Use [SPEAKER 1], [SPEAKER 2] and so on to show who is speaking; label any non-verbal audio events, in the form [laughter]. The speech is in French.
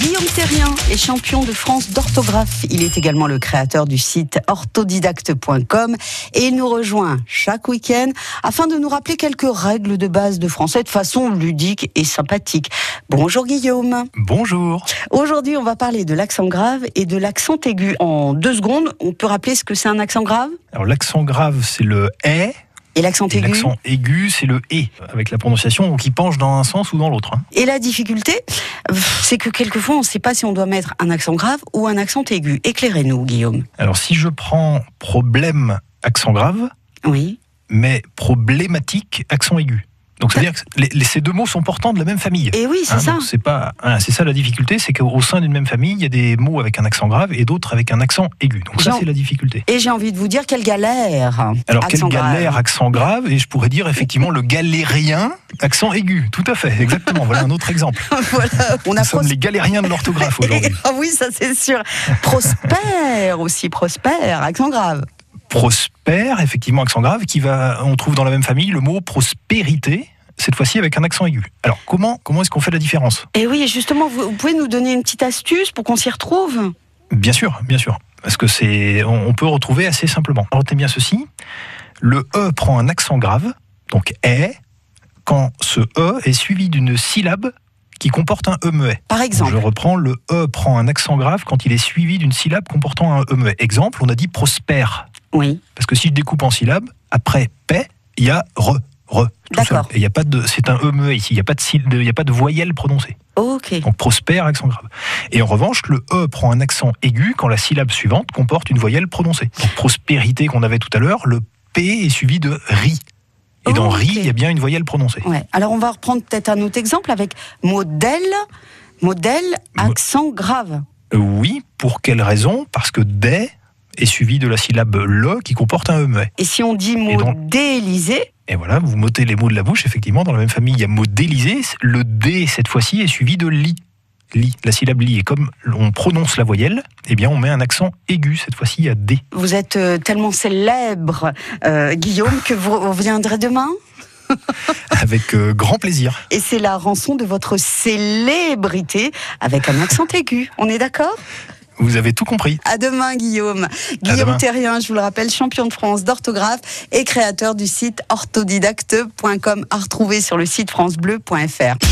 [SPEAKER 1] Guillaume Terrien est champion de France d'orthographe. Il est également le créateur du site orthodidacte.com et il nous rejoint chaque week-end afin de nous rappeler quelques règles de base de français de façon ludique et sympathique. Bonjour Guillaume.
[SPEAKER 2] Bonjour.
[SPEAKER 1] Aujourd'hui, on va parler de l'accent grave et de l'accent aigu. En deux secondes, on peut rappeler ce que c'est un accent grave
[SPEAKER 2] Alors l'accent grave, c'est le est.
[SPEAKER 1] et l'accent
[SPEAKER 2] Et
[SPEAKER 1] aigu.
[SPEAKER 2] l'accent aigu, c'est le et, avec la prononciation donc, qui penche dans un sens ou dans l'autre. hein.
[SPEAKER 1] Et la difficulté, euh, c'est que quelquefois, on ne sait pas si on doit mettre un accent grave ou un accent aigu. Éclairez-nous, Guillaume.
[SPEAKER 2] Alors si je prends problème, accent grave,
[SPEAKER 1] Oui.
[SPEAKER 2] mais problématique, accent aigu. Donc ça veut dire que les- les- ces deux mots sont portants de la même famille.
[SPEAKER 1] Et oui, c'est
[SPEAKER 2] Hein,
[SPEAKER 1] ça.
[SPEAKER 2] donc C'est pas, hein, c'est ça la difficulté, c'est qu'au sein d'une même famille, il y a des mots avec un accent grave et d'autres avec un accent aigu. Donc ça,
[SPEAKER 1] Jean-
[SPEAKER 2] c'est la difficulté.
[SPEAKER 1] Et j'ai envie de vous dire quelle galère.
[SPEAKER 2] Alors
[SPEAKER 1] Accent
[SPEAKER 2] quelle
[SPEAKER 1] grave.
[SPEAKER 2] galère, accent grave, et je pourrais dire effectivement le galérien, accent aigu. Tout à fait, exactement. Voilà un autre exemple.
[SPEAKER 1] [laughs] voilà, on a
[SPEAKER 2] Nous sommes les galériens de l'orthographe
[SPEAKER 1] prospéré.
[SPEAKER 2] aujourd'hui.
[SPEAKER 1] [laughs] Ah oui, ça c'est sûr. Prospère aussi, prospère, accent grave.
[SPEAKER 2] Prospère, effectivement, accent grave, qui va, on trouve dans la même famille le mot prospérité, cette fois-ci avec un accent aigu. Alors comment, comment est-ce qu'on fait la différence
[SPEAKER 1] Et oui, et justement, vous, vous pouvez nous donner une petite astuce pour qu'on s'y retrouve
[SPEAKER 2] Bien sûr, bien sûr. Parce que c'est, on, on peut retrouver assez simplement. Retenez bien ceci. Le E prend un accent grave, donc est, quand ce E est suivi d'une syllabe qui comporte un E muet.
[SPEAKER 1] Par exemple,
[SPEAKER 2] Je reprends, le E prend un accent grave quand il est suivi d'une syllabe comportant un E muet. Exemple, on a dit prospère.
[SPEAKER 1] oui.
[SPEAKER 2] Parce que si je découpe en syllabes, après paix, il y a re, re. tout seul.
[SPEAKER 1] D'accord.
[SPEAKER 2] Et il y a pas de, c'est un E muet ici, il n'y a, pas de syl- il y a pas de voyelle prononcée.
[SPEAKER 1] Ok.
[SPEAKER 2] Donc prospère, accent grave. Et en revanche, le E prend un accent aigu quand la syllabe suivante comporte une voyelle prononcée. Donc prospérité qu'on avait tout à l'heure, le P est suivi de ri. Et dans
[SPEAKER 1] Oh,
[SPEAKER 2] ri,
[SPEAKER 1] ok.
[SPEAKER 2] il y a bien une voyelle prononcée.
[SPEAKER 1] Ouais. Alors on va reprendre peut-être un autre exemple avec modèle, modèle,
[SPEAKER 2] Mo-
[SPEAKER 1] accent grave.
[SPEAKER 2] Euh, Oui, pour quelle raison Parce que des est suivi de la syllabe le qui comporte un E muet.
[SPEAKER 1] Et si on dit
[SPEAKER 2] Et donc-
[SPEAKER 1] modélisé,
[SPEAKER 2] Et voilà, vous m'ôtez les mots de la bouche, effectivement, dans la même famille, il y a modélisé. Le D, cette fois-ci, est suivi de li. Li, la syllabe li. Et comme on prononce la voyelle, eh bien, on met un accent aigu, cette fois-ci, à D.
[SPEAKER 1] vous êtes euh, tellement célèbre, euh, Guillaume, que vous reviendrez demain
[SPEAKER 2] Avec euh, grand plaisir.
[SPEAKER 1] Et c'est la rançon de votre célébrité avec un accent aigu. On est d'accord
[SPEAKER 2] Vous avez tout compris.
[SPEAKER 1] À demain, Guillaume. Guillaume
[SPEAKER 2] demain.
[SPEAKER 1] Terrien, je vous le rappelle, champion de France d'orthographe et créateur du site orthodidacte.com à retrouver sur le site FranceBleu.fr.